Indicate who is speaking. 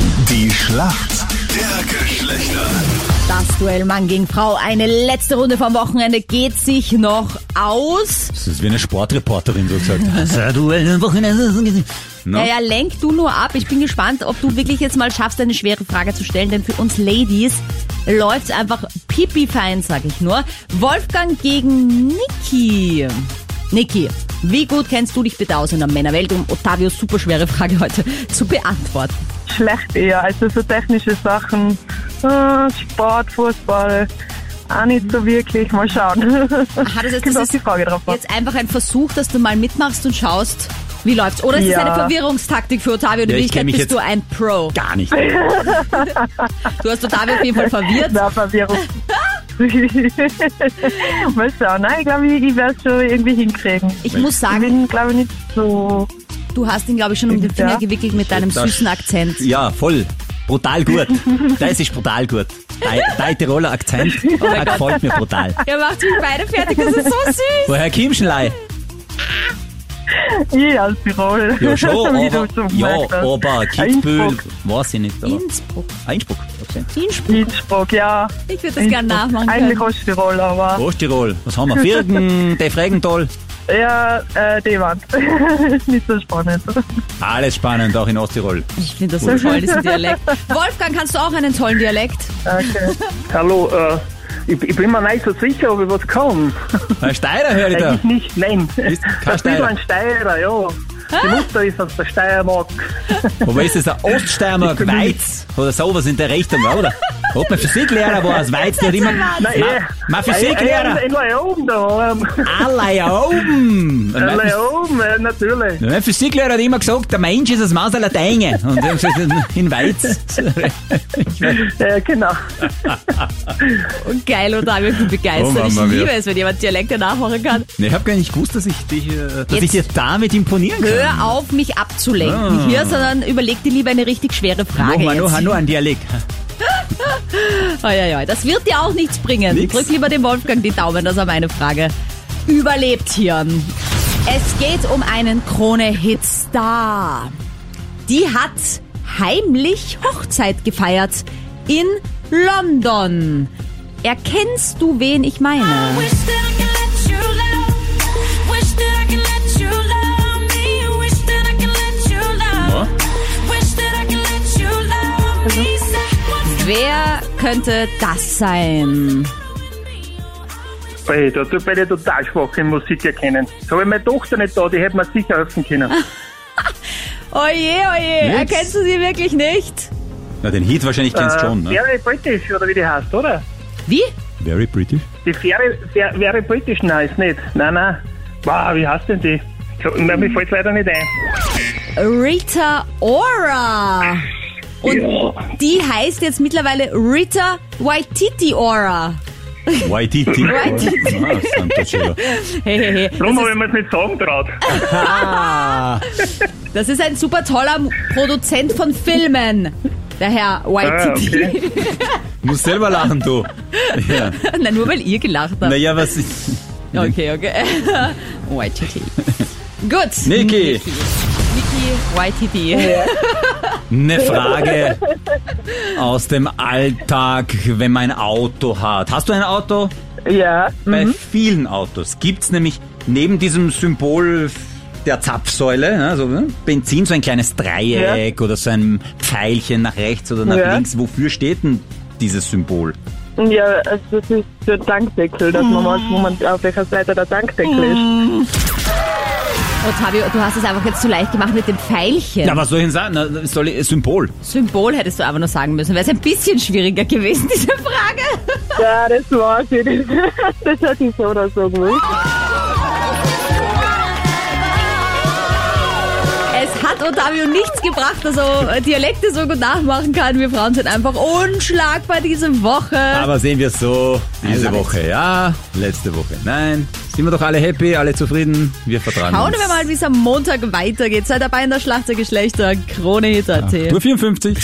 Speaker 1: Die Schlacht der Geschlechter.
Speaker 2: Das Duell Mann gegen Frau. Eine letzte Runde vom Wochenende geht sich noch aus.
Speaker 3: Das ist wie eine Sportreporterin so gesagt.
Speaker 4: Das Duell am Wochenende.
Speaker 3: No?
Speaker 2: Naja, lenk du nur ab. Ich bin gespannt, ob du wirklich jetzt mal schaffst, eine schwere Frage zu stellen, denn für uns Ladies läuft's einfach pipi fein, sag ich nur. Wolfgang gegen Niki. Niki, wie gut kennst du dich bitte aus in der Männerwelt, um Ottavios superschwere Frage heute zu beantworten?
Speaker 5: Schlecht eher. Also so technische Sachen, äh, Sport, Fußball, auch nicht so wirklich. Mal schauen.
Speaker 2: Aha, das heißt,
Speaker 5: Kommt
Speaker 2: das
Speaker 5: auf
Speaker 2: ist
Speaker 5: die Frage drauf an.
Speaker 2: jetzt einfach ein Versuch, dass du mal mitmachst und schaust, wie läuft's. Oder es ist
Speaker 5: Ja.
Speaker 2: eine Verwirrungstaktik für Ottavio. In
Speaker 3: Ja, ich
Speaker 2: Wirklichkeit
Speaker 3: kenn mich
Speaker 2: bist
Speaker 3: jetzt-
Speaker 2: du ein Pro.
Speaker 3: Gar nicht.
Speaker 2: Du hast Ottavio auf jeden Fall verwirrt.
Speaker 5: Na, Verwirrung. Mal schauen. Nein, ich glaube, ich, ich werde es schon irgendwie hinkriegen.
Speaker 2: Ich muss
Speaker 5: Ich
Speaker 2: sagen,
Speaker 5: bin, glaube ich, nicht so...
Speaker 2: du hast ihn, glaube ich, schon um den Finger
Speaker 5: Ja.
Speaker 2: gewickelt mit deinem
Speaker 3: Das-
Speaker 2: süßen Akzent.
Speaker 3: Ja, voll. Brutal gut. Das ist brutal gut. Dein, dein Tiroler Akzent
Speaker 6: Oh
Speaker 3: der gefällt mir brutal.
Speaker 2: Er macht mich beide fertig, das ist so süß.
Speaker 3: Woher kommst du denn? Lei?
Speaker 5: Ich aus eh Tirol.
Speaker 3: Ja, schon,
Speaker 5: Wie du
Speaker 3: aber,
Speaker 5: schon
Speaker 3: ja,
Speaker 5: gemerkt hast.
Speaker 3: aber Kitzbühel,
Speaker 5: Innsbruck.
Speaker 3: weiß ich nicht. Aber.
Speaker 2: Innsbruck.
Speaker 3: Einspruck, okay.
Speaker 2: Innsbruck.
Speaker 5: Innsbruck, ja.
Speaker 2: Ich würde das gerne
Speaker 5: Innsbruck.
Speaker 2: nachmachen
Speaker 5: Eigentlich
Speaker 2: können.
Speaker 5: aus Tirol,
Speaker 3: Oh.
Speaker 5: aber...
Speaker 3: Osttirol, was haben wir? Firgen, Def Regenthal.
Speaker 5: Ja, äh, die Wand. Ist nicht so spannend.
Speaker 3: Alles spannend, auch in Osttirol.
Speaker 2: Ich finde das so toll, diesen Dialekt. Wolfgang, kannst du auch einen tollen Dialekt?
Speaker 5: Okay.
Speaker 6: Hallo, äh, ich, ich bin mir nicht so sicher, ob ich was kann.
Speaker 3: Ein Steirer höre ich da.
Speaker 6: Eigentlich nicht, nein.
Speaker 3: Ist kein
Speaker 6: das ist
Speaker 3: Steirer.
Speaker 6: ein Steirer, ja. Die Mutter ist aus der Steiermark.
Speaker 3: Wobei ist das der Oststeiermark, Weiz oder sowas in der Richtung, oder? Ob mein Physiklehrer war aus Weiz, der hat immer...
Speaker 6: Nein,
Speaker 3: Mein, mein
Speaker 6: äh,
Speaker 3: Physiklehrer,
Speaker 6: In oben da.
Speaker 3: alle oben! Mein-
Speaker 6: Alle oben, äh, natürlich.
Speaker 3: Mein Physiklehrer hat immer gesagt, der Mensch ist das Maß aller Dinge. Und ich hab gesagt, in Weiz.
Speaker 6: Ja, genau.
Speaker 2: Und geil, Ottavio, ich bin
Speaker 3: Oh,
Speaker 2: begeistert.
Speaker 3: Mama
Speaker 2: ich
Speaker 3: mia.
Speaker 2: liebe es, wenn jemand Dialekte nachmachen kann.
Speaker 3: Nee, ich habe gar nicht gewusst, dass ich dich, äh, dass
Speaker 2: Jetzt-
Speaker 3: ich dir damit imponieren kann.
Speaker 2: Hör auf, mich abzulenken
Speaker 3: Ah.
Speaker 2: hier, sondern überleg dir lieber eine richtig schwere Frage
Speaker 3: Mach mal
Speaker 2: jetzt.
Speaker 3: nur, nur einen Dialekt.
Speaker 2: Oi, oi, oi. Das wird dir auch nichts bringen.
Speaker 3: Nix.
Speaker 2: Drück lieber dem Wolfgang die Daumen, dass er meine Frage überlebt hier. Es geht um einen Krone-Hit-Star. Die hat heimlich Hochzeit gefeiert in London. Erkennst du, wen ich meine?
Speaker 7: Wish that I could let you love. Wish that I could let you love me. Wish that I could let you love. Wish that I could let you love me. Say what's
Speaker 2: Wer könnte das sein?
Speaker 6: Hey, da tut bei dir total schwach in Musik erkennen. Jetzt habe ich meine Tochter nicht da, die hätte mir sicher helfen können.
Speaker 3: Ah.
Speaker 2: Oje, oje,
Speaker 3: Nix.
Speaker 2: erkennst du sie wirklich nicht?
Speaker 3: Na, den Hit wahrscheinlich kennst du schon, ne?
Speaker 6: Äh, Wäre britisch, oder wie die heißt, oder?
Speaker 2: Wie?
Speaker 3: Very British.
Speaker 6: Die Fähre, Fähre, wäre britisch, nein, ist nicht. Nein, nein. Wow, wie heißt denn die? So, nein, mir fällt leider nicht ein.
Speaker 2: Rita Ora. Und die heißt jetzt mittlerweile Rita Waititi Ora.
Speaker 3: YT.
Speaker 2: YTT.
Speaker 3: Ah,
Speaker 2: Hey, hey, hey.
Speaker 6: Darum habe ich mir das nicht sagen traut.
Speaker 3: Ah.
Speaker 2: Das ist ein super toller Produzent von Filmen. Der Herr
Speaker 6: Ah,
Speaker 2: Waititi.
Speaker 6: okay.
Speaker 3: Muss selber lachen, du. Ja.
Speaker 2: Nein, nur weil ihr gelacht habt.
Speaker 3: Naja, was ist...
Speaker 2: Okay, okay. Waititi. Gut.
Speaker 3: Niki,
Speaker 2: Niki Waititi.
Speaker 3: eine Frage aus dem Alltag, wenn man ein Auto hat. Hast du ein Auto?
Speaker 5: Ja.
Speaker 3: Bei vielen Autos gibt's nämlich neben diesem Symbol der Zapfsäule, ne, so ne, Benzin, so ein kleines Dreieck oder so ein Pfeilchen nach rechts oder nach
Speaker 5: Ja.
Speaker 3: links. Wofür steht denn dieses Symbol?
Speaker 5: Ja, also das ist der Tankdeckel, dass man weiß, wo man, auf welcher Seite der Tankdeckel ist.
Speaker 2: Ottavio, du hast es einfach jetzt zu leicht gemacht mit dem Pfeilchen.
Speaker 3: Ja, was soll ich denn sagen? Na, soll ich, Symbol.
Speaker 2: Symbol hättest du aber nur sagen müssen. Wäre es ein bisschen schwieriger gewesen, diese Frage.
Speaker 5: Ja, das war's. Das, das hätte ich so oder so gewusst.
Speaker 2: Es hat Ottavio nichts gebracht, dass er Dialekte so gut nachmachen kann. Wir Frauen sind einfach unschlagbar diese Woche.
Speaker 3: Aber sehen wir es so. Diese
Speaker 2: love it.
Speaker 3: Woche ja, letzte Woche nein. Sind wir doch alle happy, alle zufrieden. Wir vertragen
Speaker 2: Schauen
Speaker 3: uns.
Speaker 2: wir mal, wie es am Montag weitergeht. Seid dabei in der Schlacht der Geschlechter. Krone Hit.at.
Speaker 3: Nur 54.